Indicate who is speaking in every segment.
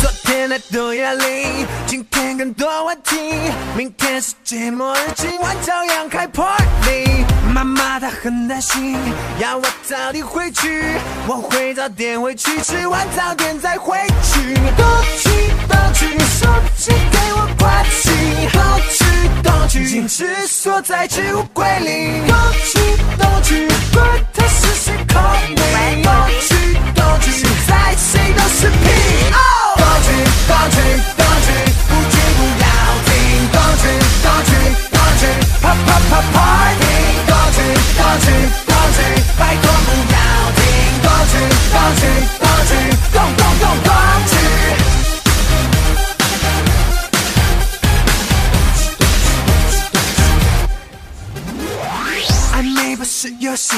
Speaker 1: 昨天的毒哑铃，今天更多问题，明天世界末日，今晚照样开 party。妈妈她很担心，要我早点回去，我会早点回去，吃完早点再回去。都去都去，手机给我关机。都去都去，坚持锁在置物柜里。都去都去，管他是谁 call me。都去都去，现在谁都是屁。哦都去都去都去，不去不要停。都去都去都去，啪啪啪 party。都去都去都去，拜托不要停。都去都去都去，动动动动去。暧昧不是游戏，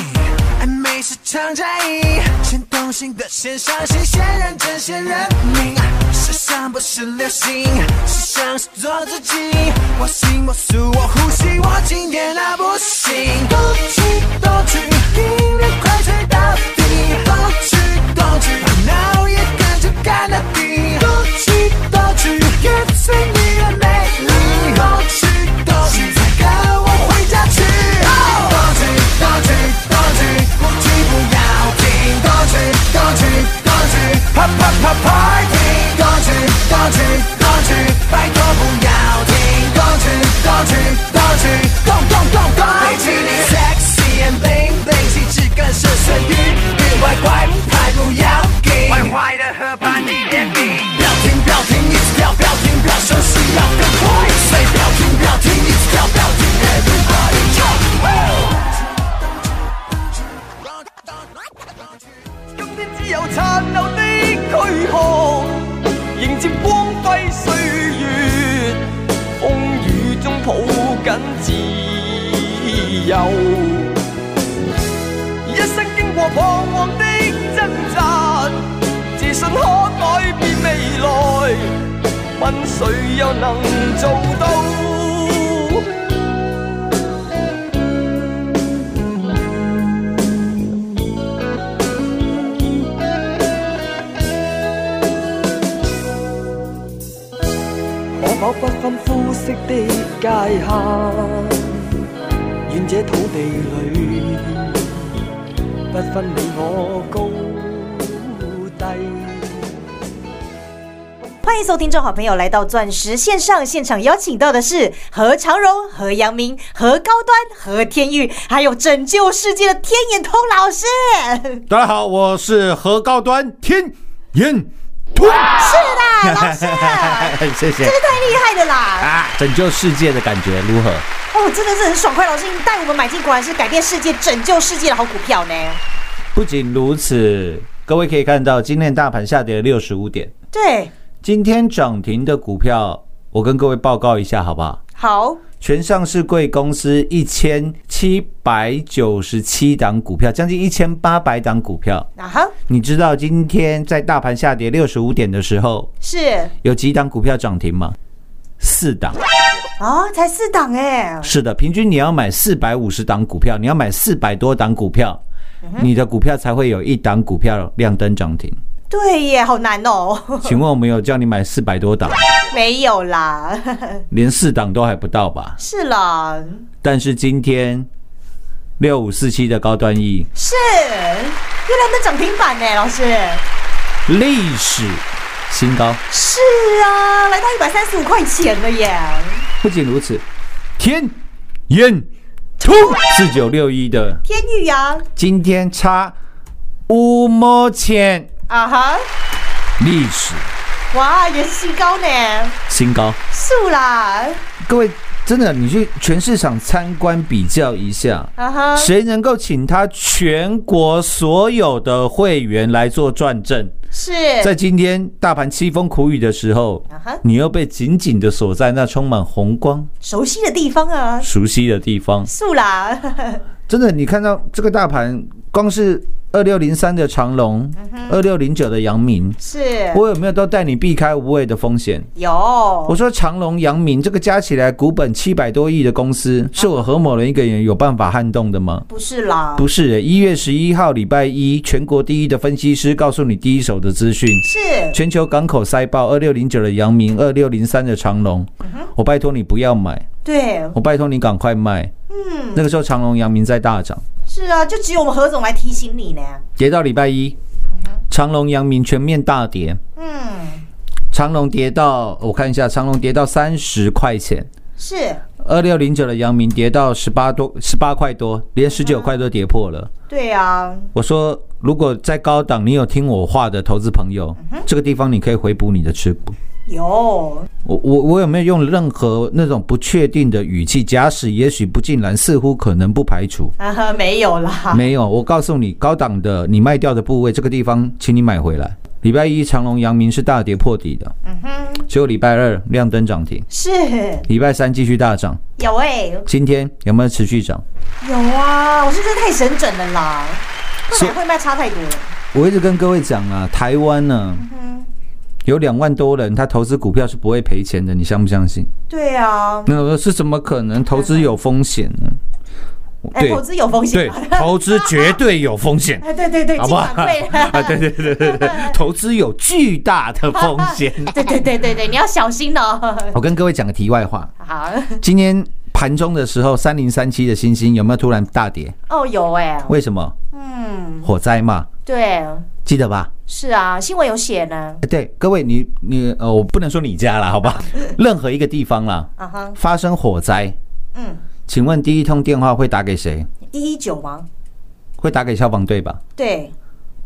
Speaker 1: 暧昧是场战役，先动心的先伤心，先认真先认命。时尚不是流行，时尚是做自己。我行我素我呼吸，我今天那不行。都去都去，音乐快吹到底。都去都去，烦恼也跟着干到底。都去都去，跟随你的美丽。都去都去，现在跟我回家去。都去都去都去，不去不要停。都去都去都去，啪啪啪 party。都去都去都去，拜托不要停。都去都去都去，动动动动起你 sexy and bling bling，气质更胜胜欲欲，坏坏牌不要给，坏坏的和盘你也比。不要停不要停，一直跳不要停，不要休息要更快，所以不要停不要停，一直跳不要停，everybody jump。
Speaker 2: 今天只有殘留的軀殼，迎接光輝歲月，風雨中抱緊自由。一生經過彷徨的掙扎，自信可改變未來，問誰又能做到？可否不分膚色的界限？願這土地裏，不分你我高低。
Speaker 3: 欢迎收听众好朋友来到钻石线上现场，邀请到的是何长荣、何阳明、何高端、何天玉，还有拯救世界的天眼通老 师。
Speaker 4: 大家好，我是何高端天眼通，
Speaker 3: 是的，老 师，
Speaker 4: 谢谢
Speaker 3: 真是太厉害的啦！
Speaker 4: 啊！
Speaker 5: 拯救世界的感觉如何？
Speaker 3: 哦，真的是很爽快，老师，你带我们买进果然是改变世界、拯救世界的好股票呢。
Speaker 5: 不仅如此，各位可以看到，今天大盘下跌了六十五点，
Speaker 3: 对，
Speaker 5: 今天涨停的股票，我跟各位报告一下，好不好？
Speaker 3: 好，
Speaker 5: 全上市贵公司一千七百九十七档股票，将近一千八百档股票。
Speaker 3: 啊哈，
Speaker 5: 你知道今天在大盘下跌六十五点的时候，
Speaker 3: 是
Speaker 5: 有几档股票涨停吗？四档。
Speaker 3: 哦，才四档哎，
Speaker 5: 是的，平均你要买四百五十档股票，你要买四百多档股票，你的股票才会有一档股票亮灯涨停。
Speaker 3: 对耶，好难哦，
Speaker 5: 请问我们有叫你买四百多档，
Speaker 3: 没有啦，
Speaker 5: 连四档都还不到吧？
Speaker 3: 是啦，
Speaker 5: 但是今天六五四七的高端 E
Speaker 3: 是月亮灯涨停板呢，老师。
Speaker 5: 历史新高，
Speaker 3: 是啊，来到一百三十五块钱了耶！
Speaker 5: 不仅如此，天眼通
Speaker 1: 冲四九六一的，
Speaker 3: 天宇阳
Speaker 1: 今天差五毛钱，
Speaker 3: 啊哈，
Speaker 1: 历史
Speaker 3: 哇，也是新高呢，
Speaker 1: 新高。
Speaker 3: 素啦，
Speaker 1: 各位，真的，你去全市场参观比较一下，
Speaker 3: 啊哈，
Speaker 1: 谁能够请他全国所有的会员来做转正？
Speaker 3: 是
Speaker 1: 在今天大盘凄风苦雨的时候
Speaker 3: 啊哈，
Speaker 1: 你又被紧紧的锁在那充满红光、
Speaker 3: 熟悉的地方啊，
Speaker 1: 熟悉的地方。
Speaker 3: 素啦，
Speaker 1: 真的，你看到这个大盘，光是二六零三的长隆，二六零九的阳明，
Speaker 3: 是
Speaker 1: 我有没有都带你避开无谓的风险？我
Speaker 3: 有
Speaker 1: 说长隆、阳明这个加起来股本七百多亿的公司，是我和某人一个人有办法撼动的吗？
Speaker 3: 不是啦，
Speaker 1: 不是，一月十一号礼拜一，全国第一的分析师告诉你第一手的资讯。
Speaker 3: 是
Speaker 1: 全球港口塞爆，二六零九的阳明，二六零三的长隆，我拜托你不要买，
Speaker 3: 对，
Speaker 1: 我拜托你赶快卖。嗯，那个时候长隆、阳明在大涨，
Speaker 3: 是啊，就只有我们何总来提醒你呢，
Speaker 1: 跌到礼拜一，长隆、阳明全面大跌，
Speaker 3: 嗯，
Speaker 1: 长隆跌到我看一下，长隆跌到三十块钱，
Speaker 3: 是
Speaker 1: 二六零九的阳明跌到十八多，十八块多，连十九块都跌破了。
Speaker 3: 对啊，
Speaker 1: 我说，如果在高档你有听我话的投资朋友，这个地方你可以回补你的持股。
Speaker 3: 有
Speaker 1: 我我我有没有用任何那种不确定的语气？假使、也许、不尽然，似乎、可能、不排除，
Speaker 3: 啊哈，没有啦，
Speaker 1: 没有。我告诉你，高档的你卖掉的部位，这个地方，请你买回来。礼拜一长隆、阳明是大跌破底的，
Speaker 3: 嗯哼，
Speaker 1: 只有礼拜二亮灯涨停，
Speaker 3: 是
Speaker 1: 礼拜三继续大涨，
Speaker 3: 有哎、
Speaker 1: 今天有没有持续涨？
Speaker 3: 有啊，我是真的太神准了啦，会
Speaker 1: 所以
Speaker 3: 买会卖差太多了，
Speaker 1: 我一直跟各位讲啊，台湾呢、
Speaker 3: 嗯，
Speaker 1: 有两万多人，他投资股票是不会赔钱的，你相不相信？
Speaker 3: 对啊，
Speaker 1: 那我说是怎么可能？投资有风险呢？
Speaker 3: 哎、
Speaker 1: 对
Speaker 3: 投资有风险
Speaker 4: 对
Speaker 3: 啊，，
Speaker 4: 投资绝对有风险，
Speaker 3: 哎，对对对，
Speaker 4: 好
Speaker 3: 进
Speaker 4: 不好？
Speaker 3: 场贵了，
Speaker 4: 啊，对对对对对，投资有巨大的风险。
Speaker 3: 对对对对对，你要小心哦，
Speaker 1: 我跟各位讲个题外话，
Speaker 3: 好，
Speaker 1: 今天盘中的时候，三零三七的星星有没有突然大跌？
Speaker 3: 哦有哎、
Speaker 1: 为什么？
Speaker 3: 嗯，
Speaker 1: 火灾嘛，
Speaker 3: 对，
Speaker 1: 记得吧？
Speaker 3: 是啊，新闻有写呢，
Speaker 1: 哎对，各位你你呃，我不能说你家啦，好 吧？任何一个地方啦，
Speaker 3: 啊哈，
Speaker 1: 发生火灾，
Speaker 3: 嗯，
Speaker 1: 请问第一通电话会打给谁？
Speaker 3: 一一九吗？
Speaker 1: 会打给消防队吧？
Speaker 3: 对，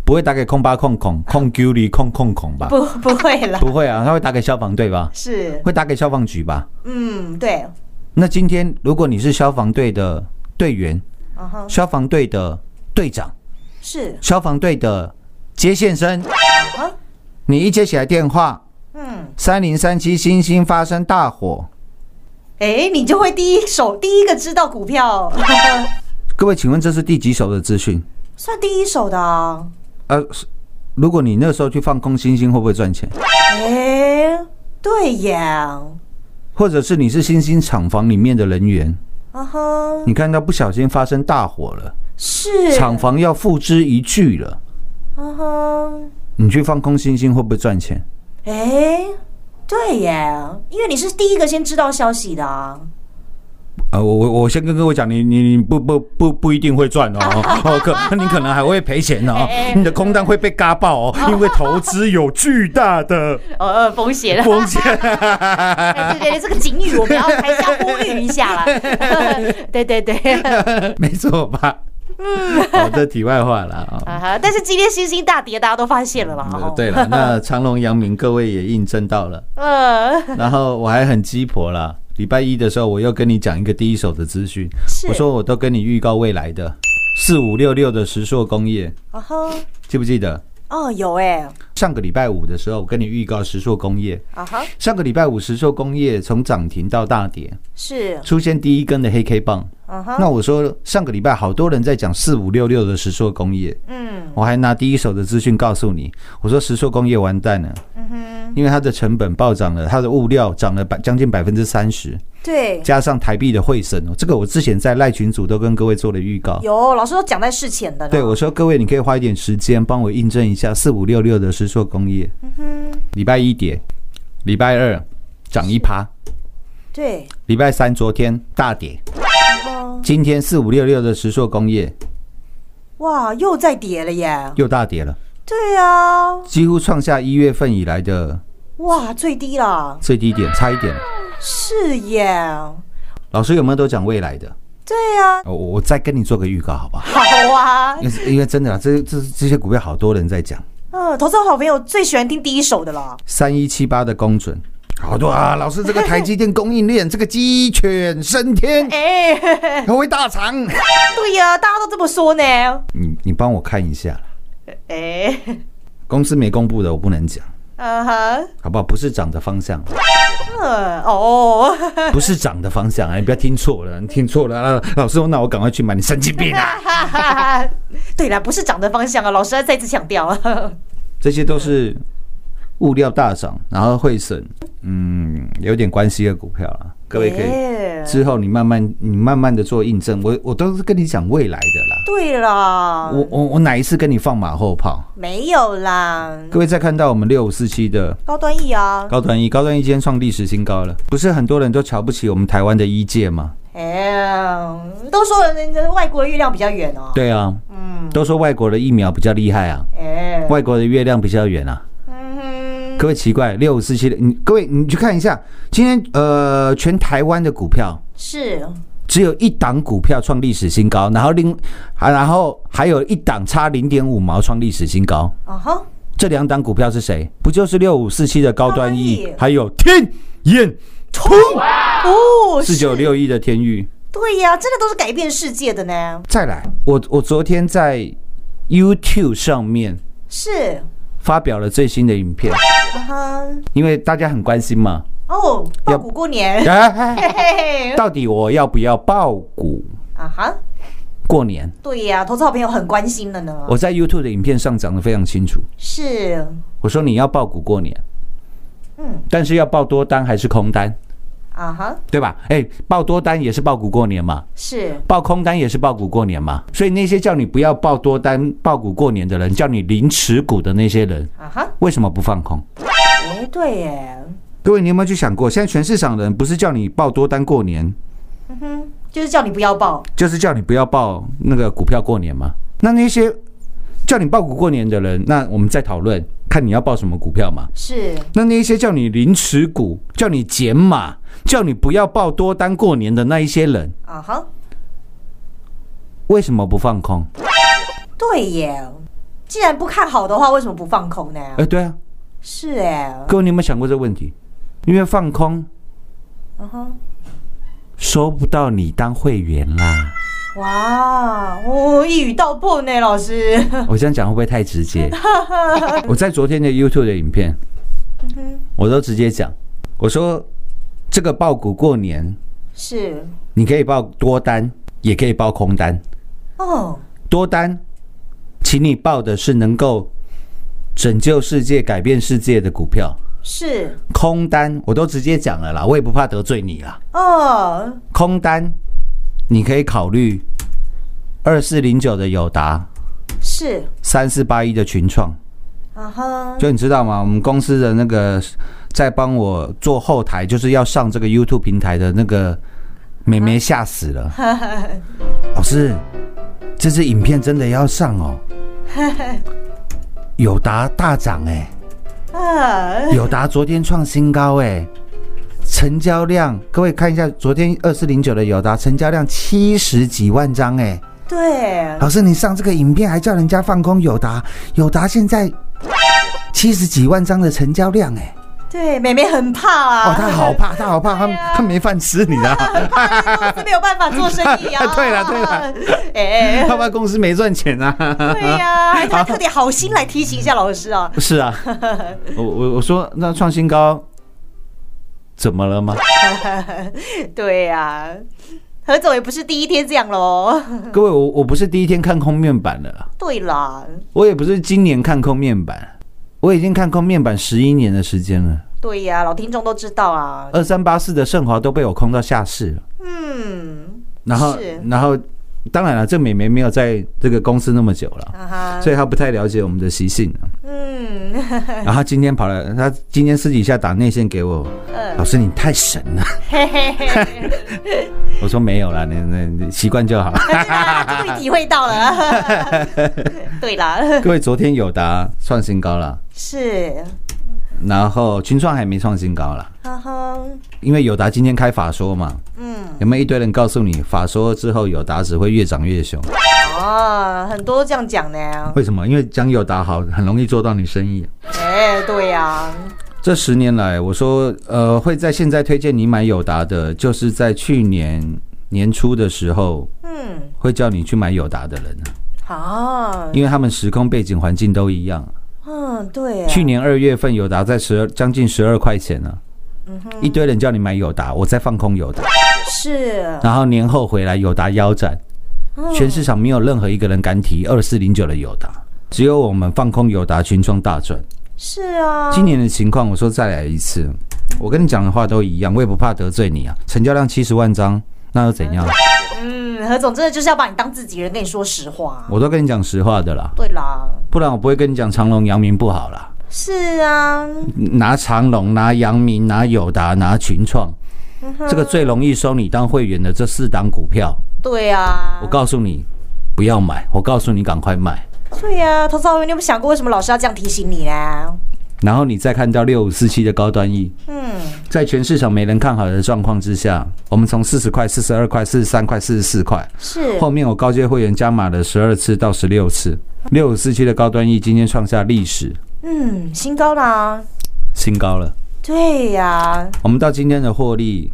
Speaker 1: 不会打给空八空空空九里空空空
Speaker 4: 啊
Speaker 1: 吧？
Speaker 3: 不 不会啦，
Speaker 1: 不会啊，他会打给消防队吧？
Speaker 3: 是，
Speaker 1: 会打给消防局吧？
Speaker 3: 嗯，对，
Speaker 1: 那今天如果你是消防队的队员、
Speaker 3: 啊哈，
Speaker 1: 消防队的队长、
Speaker 3: 是，
Speaker 1: 消防队的接线生，
Speaker 3: 啊，
Speaker 1: 你一接起来电话，
Speaker 3: 嗯，
Speaker 1: 三零三七星星发生大火，
Speaker 3: 哎，你就会第一手第一个知道股票，
Speaker 1: 各位，请问这是第几手的资讯？
Speaker 3: 算第一手的啊，
Speaker 1: 呃，是如果你那时候去放空星星，会不会赚钱？
Speaker 3: 哎，对耶，
Speaker 1: 或者是你是星星厂房里面的人员，
Speaker 3: 啊哈，
Speaker 1: 你看到不小心发生大火了，
Speaker 3: 是，
Speaker 1: 厂房要付之一炬了，
Speaker 3: 啊哈，
Speaker 1: 你去放空星星会不会赚钱？
Speaker 3: 哎，对耶，因为你是第一个先知道消息的啊，
Speaker 4: 呃，我我我先跟各位讲，你你你不不不不一定会赚哦，哦可你可能还会赔钱哦，你的空单会被嘎爆哦，因为投资有巨大的
Speaker 3: 呃，风险了。
Speaker 4: 风险。
Speaker 3: 哎，对对对，这个警语我们要还是要呼吁一下 啦。对对对，
Speaker 1: 没错吧？嗯，好，这题外话了啊。
Speaker 4: 哦
Speaker 3: 啊哈！但是今天星星大跌，大家都发现了啦。
Speaker 1: 呃
Speaker 3: 哦，
Speaker 1: 对了，那长隆、阳明，各位也印证到了。
Speaker 3: 呃，
Speaker 1: 然后我还很鸡婆啦，礼拜一的时候，我又跟你讲一个第一手的资讯，
Speaker 3: 是
Speaker 1: 我说我都跟你预告未来的四五六六的石硕工业，
Speaker 3: 啊哈，
Speaker 1: 记不记得？
Speaker 3: 哦，有哎，
Speaker 1: 上个礼拜五的时候，我跟你预告石硕工业。
Speaker 3: 啊哈，
Speaker 1: 上个礼拜五，石硕工业从涨停到大跌，
Speaker 3: 是，
Speaker 1: 出现第一根的黑 K 棒。
Speaker 3: 啊
Speaker 1: 那
Speaker 3: 哈，
Speaker 1: 我说上个礼拜好多人在讲四五六六的石硕工业，
Speaker 3: 嗯，
Speaker 1: 我还拿第一手的资讯告诉你，我说石塑工业完蛋了，
Speaker 3: 嗯
Speaker 1: 因为它的成本暴涨了，它的物料涨了百将近百分之三十，
Speaker 3: 对，
Speaker 1: 加上台币的汇升哦，这个我之前在赖群组都跟各位做了预告。
Speaker 3: 有老师都讲在事前的呢。
Speaker 1: 对，我说各位，你可以花一点时间帮我印证一下四五六六的石塑工业，礼拜一跌，礼拜二涨一趴，
Speaker 3: 对，
Speaker 1: 礼拜三昨天大跌，今天四五六六的石塑工业
Speaker 3: 哇，又在跌了耶。
Speaker 1: 又大跌了，
Speaker 3: 对啊，
Speaker 1: 几乎创下一月份以来的
Speaker 3: 哇，最低啦，
Speaker 1: 最低点，差一点。
Speaker 3: 是耶。
Speaker 1: 老师有没有都讲未来的？
Speaker 3: 对啊，
Speaker 1: 我我再跟你做个预告，好不好？
Speaker 3: 好啊，
Speaker 1: 因为因为真的啊，这这这些股票好多人在讲，
Speaker 3: 嗯，投资好朋友最喜欢听第一手的啦。
Speaker 1: 三一七八的公准，好多啊！老师，这个台积电供应链，这个鸡犬升天，
Speaker 3: 哎、
Speaker 1: 还会大涨。
Speaker 3: 对呀、大家都这么说呢。
Speaker 1: 你你帮我看一下，
Speaker 3: 哎、
Speaker 1: 公司没公布的我不能讲，
Speaker 3: 嗯哼，
Speaker 1: 好不好？不是涨的方向，
Speaker 3: 嗯哦，
Speaker 1: 不是涨的方向啊！你不要听错了，你听错了啊！老师，那我赶快去买，你神经病 啊！
Speaker 3: 对啦，不是涨的方向啊，老师再次强调。
Speaker 1: 这些都是物料大涨，然后会损，嗯，有点关系的股票了。各位可
Speaker 3: 哎
Speaker 1: 以之后你慢慢你慢慢的做印证，我我都是跟你讲未来的啦。
Speaker 3: 对啦，
Speaker 1: 我我我哪一次跟你放马后炮？
Speaker 3: 没有啦，
Speaker 1: 各位再看到我们六五四七的
Speaker 3: 高端 E 啊，
Speaker 1: 高端一，高端一今天创历史新高了，不是很多人都瞧不起我们台湾的一界吗？
Speaker 3: 哎，都说人家外国的月亮比较远哦。
Speaker 1: 对啊，
Speaker 3: 嗯，
Speaker 1: 都说外国的疫苗比较厉害啊，
Speaker 3: 哎，
Speaker 1: 外国的月亮比较圆啊。
Speaker 3: 嗯哼，
Speaker 1: 各位奇怪，六五四七的，你各位你去看一下，今天呃全台湾的股票
Speaker 3: 是，
Speaker 1: 只有一档股票创历史新高，然后另啊然后还有一档差零点五毛创历史新高，
Speaker 3: 啊哈，
Speaker 1: 这两档股票是谁？不就是六五四七的高端
Speaker 3: 高端 E
Speaker 1: 一，还有天眼通
Speaker 3: 哦，
Speaker 1: 四九
Speaker 3: 是，
Speaker 1: 六一的天域。
Speaker 3: 对呀，真的都是改变世界的呢。
Speaker 1: 再来，我我昨天在 YouTube 上面
Speaker 3: 是，
Speaker 1: 发表了最新的影片，
Speaker 3: 啊哈，
Speaker 1: 因为大家很关心嘛，
Speaker 3: 哦，爆
Speaker 1: 要
Speaker 3: 谷过年，
Speaker 1: 哎哎
Speaker 3: 嘿嘿，
Speaker 1: 到底我要不要爆股
Speaker 3: 啊哈，
Speaker 1: 过年？
Speaker 3: 对呀，投资好朋友很关心的呢。
Speaker 1: 我在 YouTube 的影片上讲得非常清楚，
Speaker 3: 是，
Speaker 1: 我说你要爆股过年，
Speaker 3: 嗯，
Speaker 1: 但是要爆多单还是空单，
Speaker 3: 啊哈，
Speaker 1: 对吧？哎，爆多单也是爆股过年嘛，
Speaker 3: 是，
Speaker 1: 爆空单也是爆股过年嘛，所以那些叫你不要爆多单、爆股过年的人，叫你零持股的那些人，
Speaker 3: 啊哈，
Speaker 1: 为什么不放空？
Speaker 3: 哎，对耶，
Speaker 1: 各位，你有没有去想过，现在全市场的人不是叫你报多单过年，
Speaker 3: 就是叫你不要爆，
Speaker 1: 就是叫你不要报那个股票过年吗？那那些叫你报股过年的人，那我们再讨论，看你要报什么股票嘛。
Speaker 3: 是，
Speaker 1: 那那一些叫你零持股、叫你减码、叫你不要报多单过年的那一些人，
Speaker 3: 啊哈，
Speaker 1: 为什么不放空？
Speaker 3: 对耶。既然不看好的话，为什么不放空呢？
Speaker 1: 哎、对啊，
Speaker 3: 是哎，
Speaker 1: 各位，你有没有想过这个问题？因为放空
Speaker 3: 嗯哼，
Speaker 1: 收不到你当会员啦。
Speaker 3: 哇，哦，一语道破呢，老师。
Speaker 1: 我这样讲会不会太直接？我在昨天的 YouTube 的影片，我都直接讲，我说这个爆股过年，
Speaker 3: 是，
Speaker 1: 你可以报多单，也可以报空单。
Speaker 3: 哦，
Speaker 1: 多单，请你报的是能够拯救世界、改变世界的股票。
Speaker 3: 是，
Speaker 1: 空单我都直接讲了啦，我也不怕得罪你啦。
Speaker 3: 哦，
Speaker 1: 空单你可以考虑二四零九的友达，
Speaker 3: 是，
Speaker 1: 三四八一的群创。
Speaker 3: 啊哈，
Speaker 1: 就你知道吗？我们公司的那个在帮我做后台，就是要上这个 YouTube 平台的那个美眉吓死了。老师，这支影片真的要上哦。友达大涨哎、
Speaker 3: 啊，
Speaker 1: 友达昨天创新高哎、成交量各位看一下，昨天二四零九的友达成交量七十几万张哎、
Speaker 3: 嗯对，
Speaker 1: 老师，你上这个影片还叫人家放空友达，友达现在七十几万张的成交量哎、
Speaker 3: 对，妹妹很怕
Speaker 1: 哦，
Speaker 3: 啊，
Speaker 1: 他好怕，他好怕，他他没饭吃，你知道吗？
Speaker 3: 是没有办法做生意啊。
Speaker 1: 对啦对啦，
Speaker 3: 哎，
Speaker 1: 他怕公司没赚钱啊。
Speaker 3: 对呀，还他特地好心来提醒一下老师啊。
Speaker 1: 是啊，我我我说那创新高怎么了吗？
Speaker 3: 对呀，何总也不是第一天这样喽。
Speaker 1: 各位，我我不是第一天看空面板了啦，
Speaker 3: 对啦，
Speaker 1: 我也不是今年看空面板，我已经看空面板十一年的时间了。
Speaker 3: 对呀，老听众都知道啊。
Speaker 1: 二三八四的盛华都被我空到下市了，
Speaker 3: 嗯，
Speaker 1: 然后
Speaker 3: 是
Speaker 1: 然后当然了，这美眉没有在这个公司那么久了，
Speaker 3: 啊哈，
Speaker 1: 所以她不太了解我们的习性啊。
Speaker 3: 嗯，
Speaker 1: 然后今天跑来，他今天私底下打内线给我，
Speaker 3: 嗯
Speaker 1: 老师你太神 了。
Speaker 3: 嘿嘿嘿，
Speaker 1: 我说没有啦，你你你习惯就 好。
Speaker 3: 终于体会到了。 对啦，
Speaker 1: 各位，昨天友达创新高了，
Speaker 3: 是，啊
Speaker 1: 然后群创还没创新高了，
Speaker 3: 呵呵，
Speaker 1: 因为友达今天开法说嘛，嗯，有没有一堆人告诉你法说之后友达只会越涨越凶？
Speaker 3: 哦，很多都这样讲呢。
Speaker 1: 为什么？因为讲友达好，很容易做到你生意。
Speaker 3: 哎、对呀、
Speaker 1: 这十年来，我说呃会在现在推荐你买友达的，就是在去年年初的时候
Speaker 3: 嗯，
Speaker 1: 会叫你去买友达的人啊，
Speaker 3: 啊，
Speaker 1: 因为他们时空背景环境都一样。
Speaker 3: 嗯，对，
Speaker 1: 去年二月份友达在十二将近十二块钱呢、一堆人叫你买友达，我在放空友达，
Speaker 3: 是，
Speaker 1: 然后年后回来友达腰斩，全市场没有任何一个人敢提二四零九的友达，只有我们放空友达群创大赚。
Speaker 3: 是啊，
Speaker 1: 今年的情况，我说再来一次，我跟你讲的话都一样，我也不怕得罪你啊，成交量七十万张。那又怎样？
Speaker 3: 嗯，何总真的就是要把你当自己人，跟你说实话。
Speaker 1: 我都跟你讲实话的啦，
Speaker 3: 对啦，
Speaker 1: 不然我不会跟你讲长隆、阳明不好啦。
Speaker 3: 是啊，
Speaker 1: 拿长隆、拿阳明、拿友达、拿群创，这个最容易收你当会员的这四档股票，
Speaker 3: 对啊，
Speaker 1: 我告诉你不要买，我告诉你赶快卖。
Speaker 3: 对啊呀、投资好友，你有没有想过为什么老师要这样提醒你呢？
Speaker 1: 然后你再看到六五四七的高端 E，
Speaker 3: 嗯，
Speaker 1: 在全市场没人看好的状况之下，我们从四十块、四十二块、四十三块、四十四块，
Speaker 3: 是，
Speaker 1: 后面我高阶会员加码了十二次到十六次，六五四七的高端 E 今天创下历史
Speaker 3: 嗯，新高啦，
Speaker 1: 新高了。
Speaker 3: 对呀、
Speaker 1: 我们到今天的获利，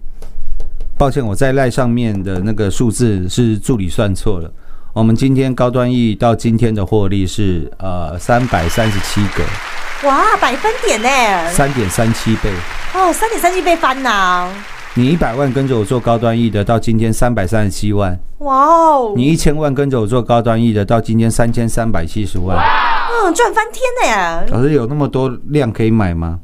Speaker 1: 抱歉，我在赖上面的那个数字是助理算错了。我们今天高端 E 到今天的获利是呃三百三十七个，
Speaker 3: 哇，百分点呢、
Speaker 1: 三点三七倍。
Speaker 3: 哦，三点三七倍翻呐、
Speaker 1: 你一百万跟着我做高端 E 的，到今天三百三十七万；
Speaker 3: 哇哦，
Speaker 1: 你一千万跟着我做高端 E 的，到今天三千三百七十万。
Speaker 3: 嗯，赚翻天呢、
Speaker 1: 老师有那么多量可以买吗？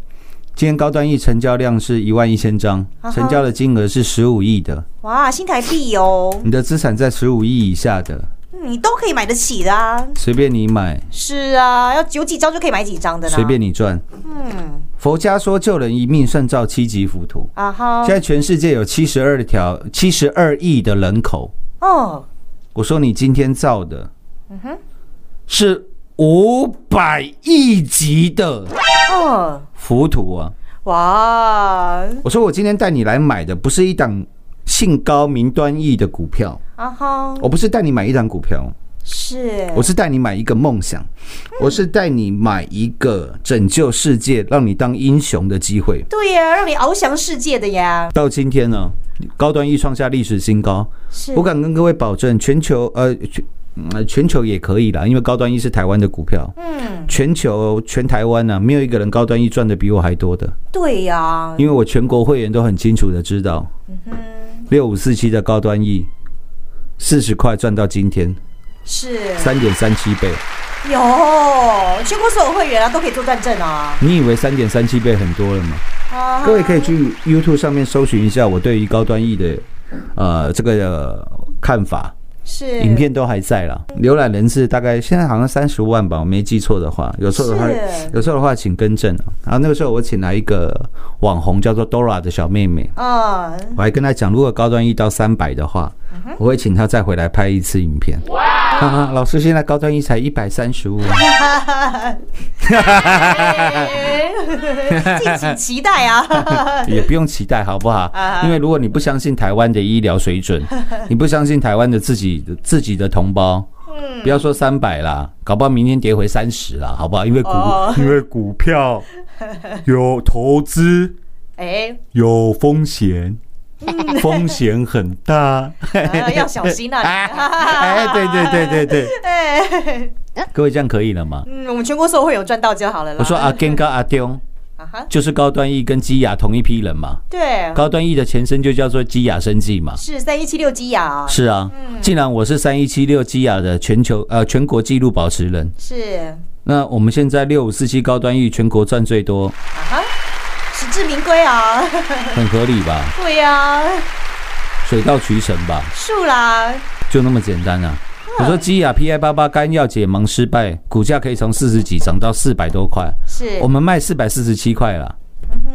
Speaker 1: 今天高端 E 成交量是一万一千张
Speaker 3: 啊哈，
Speaker 1: 成交的金额是十五亿的，
Speaker 3: 哇，新台币哦，
Speaker 1: 你的资产在十五亿以下的，
Speaker 3: 嗯你都可以买得起的啊。
Speaker 1: 随便你买。
Speaker 3: 是啊，要有几张就可以买几张的呢。啊
Speaker 1: 随便你赚。
Speaker 3: 嗯，
Speaker 1: 佛家说救人一命胜造七级浮屠。
Speaker 3: 啊哈
Speaker 1: 现，在全世界有七十二条、七十二亿的人口，
Speaker 3: 哦，
Speaker 1: 我说你今天造的，
Speaker 3: 嗯
Speaker 1: 是五百亿级的
Speaker 3: 哦，
Speaker 1: 浮屠啊！
Speaker 3: 哇，
Speaker 1: 我说我今天带你来买的不是一档性高名端义的股票，
Speaker 3: 啊哈，
Speaker 1: 我不是带你买一档股票，
Speaker 3: 是，
Speaker 1: 我是带你买一个梦想，我是带你买一个拯救世界、让你当英雄的机会。
Speaker 3: 对呀、让你翱翔世界的呀，
Speaker 1: 到今天呢，高端易创下历史新高。
Speaker 3: 是，
Speaker 1: 我敢跟各位保证，全球呃全嗯呃全球也可以啦，因为高端易是台湾的股票，
Speaker 3: 嗯，
Speaker 1: 全球全台湾啊呢、没有一个人高端易赚的比我还多的，
Speaker 3: 对呀、
Speaker 1: 因为我全国会员都很清楚的知道，六五四七的高端易四十块赚到今天
Speaker 3: 是
Speaker 1: 三点三七倍，
Speaker 3: 有全国所有会员啊都可以做转正啊，
Speaker 1: 你以为三点三七倍很多了吗？
Speaker 3: 啊哈
Speaker 1: 各位可以去 YouTube 上面搜寻一下我对于高端易的呃这个、呃看法。
Speaker 3: 是
Speaker 1: 影片都还在啦，浏览人次大概现在好像三十万吧，我没记错的话，有错的话
Speaker 3: 是，
Speaker 1: 有错的话请更正啊。然后那个时候我请来一个网红叫做 Dora 的小妹妹，
Speaker 3: 啊，
Speaker 1: 我还跟她讲，如果高端一到三百的话，我会请她再回来拍一次影片。哈哈，老师现在高端一才一百三十五，
Speaker 3: 哎敬请期 待啊，
Speaker 1: 也不用期待好不好？因为如果你不相信台湾的医疗水准，你不相信台湾的自己的自己的同胞。不要说三百啦，搞不好明天跌回三十啦，好不 好？因为股
Speaker 3: 哦，
Speaker 4: 因为股票有投资
Speaker 3: 哎、
Speaker 4: 有风险，风险很大。
Speaker 3: 啊要小心啊
Speaker 1: 哎
Speaker 3: 你，
Speaker 1: 哎，对对对对对，
Speaker 3: 哎，
Speaker 1: 各位这样可以了吗？
Speaker 3: 嗯，我们全国所有会员赚到就好了啦。
Speaker 1: 我说阿根跟阿丢
Speaker 3: 啊哈，
Speaker 1: 就是高端 E 跟基亚同一批人嘛，
Speaker 3: 对，
Speaker 1: 高端 E 的前身就叫做基亚生技嘛。
Speaker 3: 是三一七六基亚，
Speaker 1: 是啊，既然我是三一七六基亚的全球呃全国纪录保持人，
Speaker 3: 是
Speaker 1: 那我们现在六五四七高端 E 全国赚最 多，
Speaker 3: 啊哈，实至名归啊，
Speaker 1: 很合理吧？
Speaker 3: 对呀、啊，
Speaker 1: 水到渠成吧，
Speaker 3: 树啦，
Speaker 1: 就那么简单啊。
Speaker 3: 嗯
Speaker 1: 我说基亚 PI 八八干药解盲失败，股价可以从四十几涨到四百多块，
Speaker 3: 是
Speaker 1: 我们卖四百四十七块啦。
Speaker 3: 嗯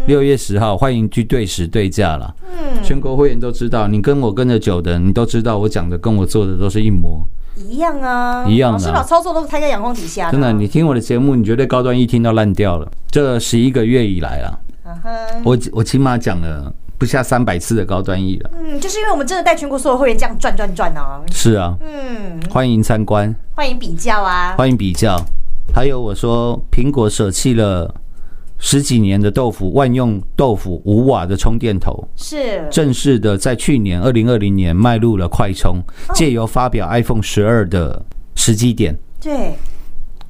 Speaker 1: 六月十号，欢迎去对时对价了。全国会员都知道，你跟我跟着久的，你都知道我讲的跟我做的都是一模。
Speaker 3: 一样啊，
Speaker 1: 一样的
Speaker 3: 老师把操作都摊在阳光底下啊
Speaker 1: 真的，你听我的节目，你绝对高端一听到烂掉了。这十一个月以来啊，
Speaker 3: 嗯哼
Speaker 1: 我我起码讲了不下三百次的高端一了。
Speaker 3: 嗯，就是因为我们真的带全国所有会员这样转转转啊，
Speaker 1: 是啊，
Speaker 3: 嗯，
Speaker 1: 欢迎参观，
Speaker 3: 欢迎比较啊，
Speaker 1: 欢迎比较。还有我说，苹果舍弃了十几年的豆腐万用豆腐五瓦的充电头，
Speaker 3: 是
Speaker 1: 正式的在去年二零二零年迈入了快充，借由发表 iPhone 十二的时机点。
Speaker 3: 对，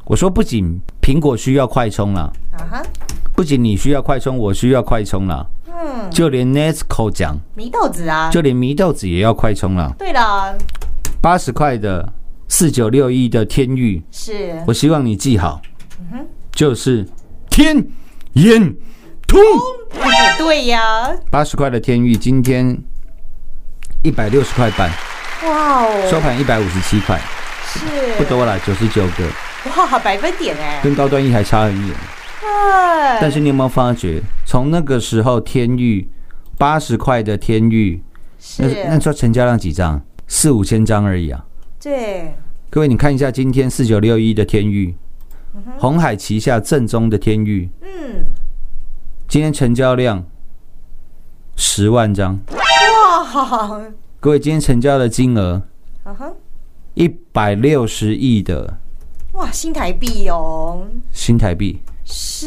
Speaker 1: 我说，不仅苹果需要快充啦、
Speaker 3: 啊哈，
Speaker 1: 不仅你需要快充，我需要快充啦。嗯，就连 Nesco 讲，
Speaker 3: 迷豆子啊，
Speaker 1: 就连祢豆子也要快充啦。
Speaker 3: 对了，
Speaker 1: 八十块的四九六一的天域，
Speaker 3: 是
Speaker 1: 我希望你记好，就是天眼通
Speaker 3: 哎对呀，
Speaker 1: 八十块的天域，今天一百六十块半，
Speaker 3: 哇
Speaker 1: 收
Speaker 3: 哦，
Speaker 1: 盘一百五十七块，不
Speaker 3: 是
Speaker 1: 多啦，九十九个，
Speaker 3: 哇百分点哎，
Speaker 1: 跟高端一还差很远。
Speaker 3: 嗯哎
Speaker 1: 但是你有没有发觉，从那个时候天域八十块的天域，那那
Speaker 3: 是，
Speaker 1: 时候成交量几张？四五千张而已啊！
Speaker 3: 对，
Speaker 1: 各位，你看一下今天四九六一的天域，红海旗下正宗的天域，
Speaker 3: 嗯，
Speaker 1: 今天成交量十万张。
Speaker 3: 哇，
Speaker 1: 各位，今天成交的金额
Speaker 3: 啊哈，
Speaker 1: 一百六十亿的
Speaker 3: 哇新台币哦，
Speaker 1: 新台币，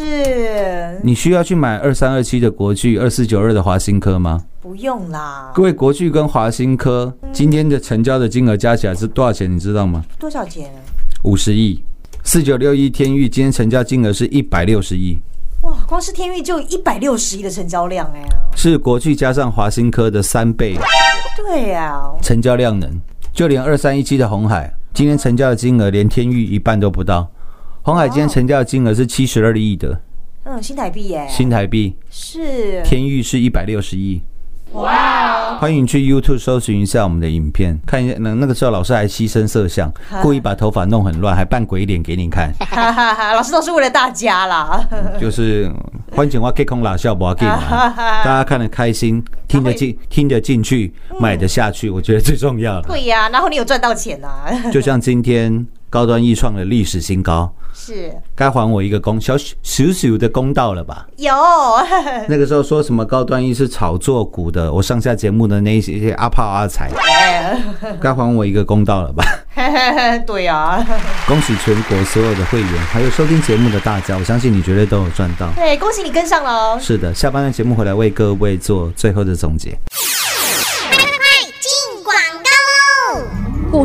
Speaker 3: 是
Speaker 1: 你需要去买二三二七的国巨、二四九二的华新科吗？
Speaker 3: 不用啦，
Speaker 1: 各位，国巨跟华新科今天的成交的金额加起来是多少钱？你知道吗？
Speaker 3: 多少钱？
Speaker 1: 五十亿。四九六一天域今天成交金额是一百六十亿，
Speaker 3: 哇，光是天域就一百六十亿的成交量哎、
Speaker 1: 是国巨加上华新科的三倍
Speaker 3: 对啊呀、
Speaker 1: 成交量能。就连二三一七的红海，今天成交的金额连天域一半都不到。红海今天成交的金额是七十二亿的
Speaker 3: 嗯，新台币耶、
Speaker 1: 新台币，
Speaker 3: 是
Speaker 1: 天域是一百六十亿。哇！欢迎你去 YouTube 搜寻一下我们的影片，看一下。那那个时候老师还牺牲色相，故意把头发弄很乱，还扮鬼脸给你看，
Speaker 3: 哈哈哈，老师都是为了大 家啦，
Speaker 1: 就是欢景花 K 空啦，笑不啊 K
Speaker 3: 哈
Speaker 1: 大
Speaker 3: 哈，
Speaker 1: 家看得开心，听得进，听得进去，买得下去，我觉得最重要了。
Speaker 3: 对呀、然后你有赚到钱啊呐、
Speaker 1: 就像今天高端易创的历史新高，
Speaker 3: 是
Speaker 1: 该还我一个公小小小的公道了吧？
Speaker 3: 有，
Speaker 1: 那个时候说什么高端易是炒作股的，我上下节目的那些些阿炮阿财，
Speaker 3: 哎
Speaker 1: 该还我一个公道了吧？
Speaker 3: 对啊呀、
Speaker 1: 恭喜全国所有的会员，还有收听节目的大家，我相信你绝对都有赚到。
Speaker 3: 对，哎恭喜你跟上了哦。
Speaker 1: 是的，下半段节目回来为各位做最后的总结。
Speaker 6: 进广告喽！股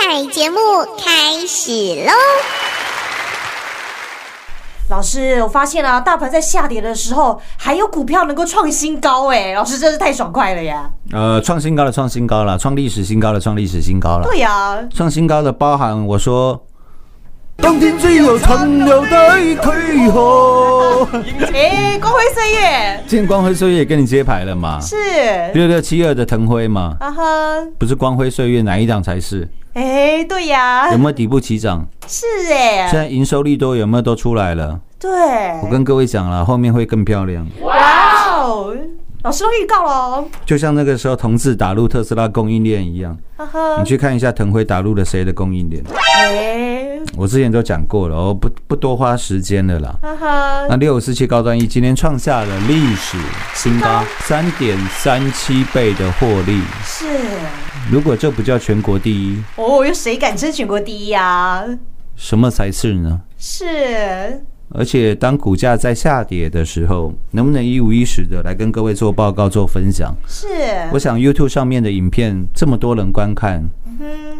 Speaker 7: 彩节目开始喽！
Speaker 3: 老师，我发现啊，大盘在下跌的时候，还有股票能够创新高，哎，老师真是太爽快了呀！
Speaker 1: 呃，创新高的创新高了，创历史新高的创历史新高了。
Speaker 3: 对呀、
Speaker 1: 创新高的包含我说，
Speaker 4: 当天只有残留的躯壳。
Speaker 3: 哎、光辉岁月
Speaker 1: 今天光辉岁月也跟你揭牌了嘛？
Speaker 3: 是
Speaker 1: 六六七二的腾辉嘛，
Speaker 3: 啊哈，
Speaker 1: 不是光辉岁月哪一档才是？
Speaker 3: 哎、对呀、
Speaker 1: 有没有底部起涨？
Speaker 3: 是哎、
Speaker 1: 现在营收利多有没有都出来了？
Speaker 3: 对，
Speaker 1: 我跟各位讲了，后面会更漂亮。
Speaker 3: 哇哦，老师都预告了哦，
Speaker 1: 就像那个时候同志打入特斯拉供应链一样，
Speaker 3: 哈啊哈
Speaker 1: 你，去看一下腾辉打入了谁的供应链。
Speaker 3: 哎，
Speaker 1: 我之前都讲过了，我不不多花时间了啦。
Speaker 3: 哈哈，
Speaker 1: 那六四七高端一今天创下了历史新高，三点三七倍的获利。
Speaker 3: 是
Speaker 1: 如果这不叫全国第一，
Speaker 3: 哦，有谁敢争全国第一啊？
Speaker 1: 什么才是呢？
Speaker 3: 是
Speaker 1: 而且当股价在下跌的时候，能不能一五一十的来跟各位做报告、做分享？
Speaker 3: 是，
Speaker 1: 我想 YouTube 上面的影片这么多人观看，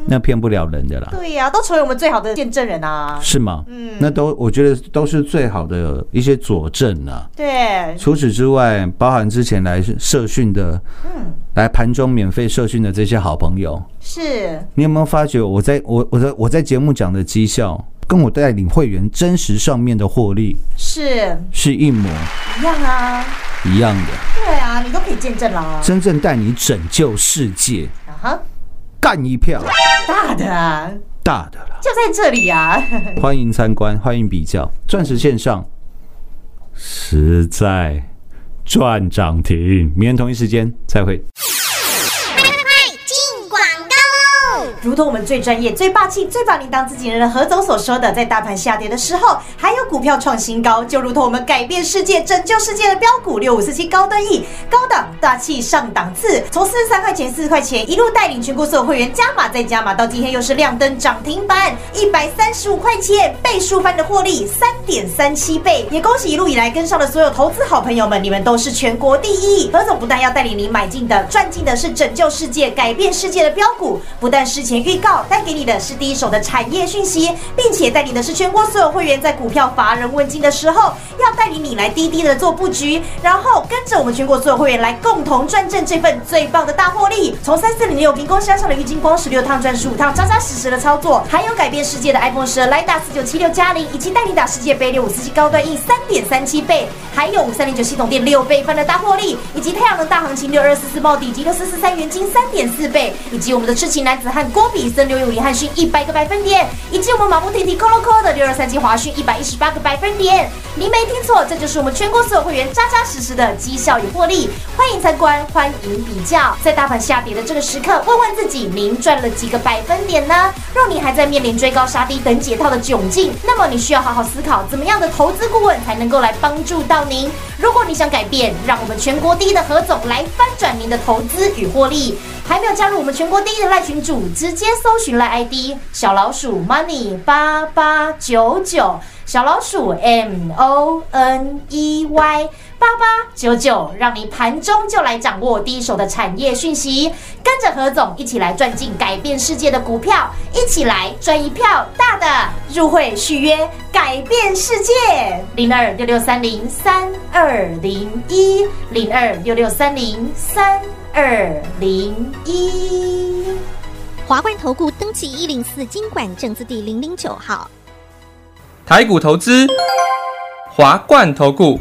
Speaker 1: 那骗不了人的啦，
Speaker 3: 对呀、都成为我们最好的见证人啊。
Speaker 1: 是吗？那都我觉得都是最好的一些佐证啊。
Speaker 3: 对，
Speaker 1: 除此之外，包含之前来社训的，来盘中免费社训的这些好朋友，
Speaker 3: 是
Speaker 1: 你有没有发觉我在我我在我在节目讲的绩效，跟我带领会员真实上面的获利
Speaker 3: 是
Speaker 1: 是一模
Speaker 3: 一样啊。
Speaker 1: 一样的？
Speaker 3: 对啊，你都可以见证啦。
Speaker 1: 真正带你拯救世界，
Speaker 3: 啊哈，
Speaker 1: 干一票
Speaker 3: 大的啊，
Speaker 1: 大的了！
Speaker 3: 就在这里啊。
Speaker 1: 欢迎参观，欢迎比较，钻石线上实在赚涨停，明天同一时间再会。
Speaker 7: 快进广告喽！
Speaker 3: 如同我们最专业、最霸气、最把你当自己人的何总所说的，在大盘下跌的时候，还有股票创新高，就如同我们改变世界、拯救世界的标股六五四七高端 E，高档大气上档次，从四十三块钱、四十块钱一路带领全国所有会员加码再加码，到今天又是亮灯涨停板，一百三十五块钱倍数翻的获利，三点三七倍，也恭喜一路以来跟上的所有投资好朋友们，你们都是全国第一。何总不但要带领你买进的、赚进的是拯救世界、改变世界的标股，不但事前预告，带给你的是第一手的产业讯息，并且带领的是全国所有会员在股票乏人问津的时候，要带领你来滴滴的做布局，然后跟着我们全国所有会员来共同赚正这份最棒的大获利。从三四零六民工山上的郁金光十六趟赚十五趟，扎扎实实的操作，还有改变世界的 iPhone 十二 l i d a 四九七六加零，以及带你打世界杯六五四七高端 E 三点三七倍，还有五三零九系统店六倍翻的大获利，以及太阳能大行情六二四四茂底及六四四三元金三点四倍，以及我们的痴情男子汉郭比森、刘永林汉逊一百个百分点，以及我们马不停蹄 Colo Colo 的六二三七华讯一百一十八个百分点。您没听错，这就是我们全国所有会员扎扎实实的绩效与获利。欢迎参观，欢迎比较，在大盘下跌的这个时刻，问问自己，您赚了几个百分点呢？若你还在面临追高杀低等解套的窘境，那么你需要好好思考，怎么样的投资顾问才能够来帮助到您？如果你想改变，让我们全国第一的何总来翻转您的投资与获利。还没有加入我们全国第一的赖群主，直接搜寻赖 ID 小老鼠 money 八八九九，小老鼠 M O N E Y 八八九九，让你盘中就来掌握第一手的产业讯息，跟着何总一起来赚进改变世界的股票，一起来赚一票大的入会续约，改变世界零二六六三零三二零一零二六六三零三。二零一。
Speaker 6: 华冠投顾登记一零四经管证字第零零九号。
Speaker 8: 台股投资，华冠投顾，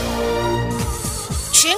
Speaker 9: 全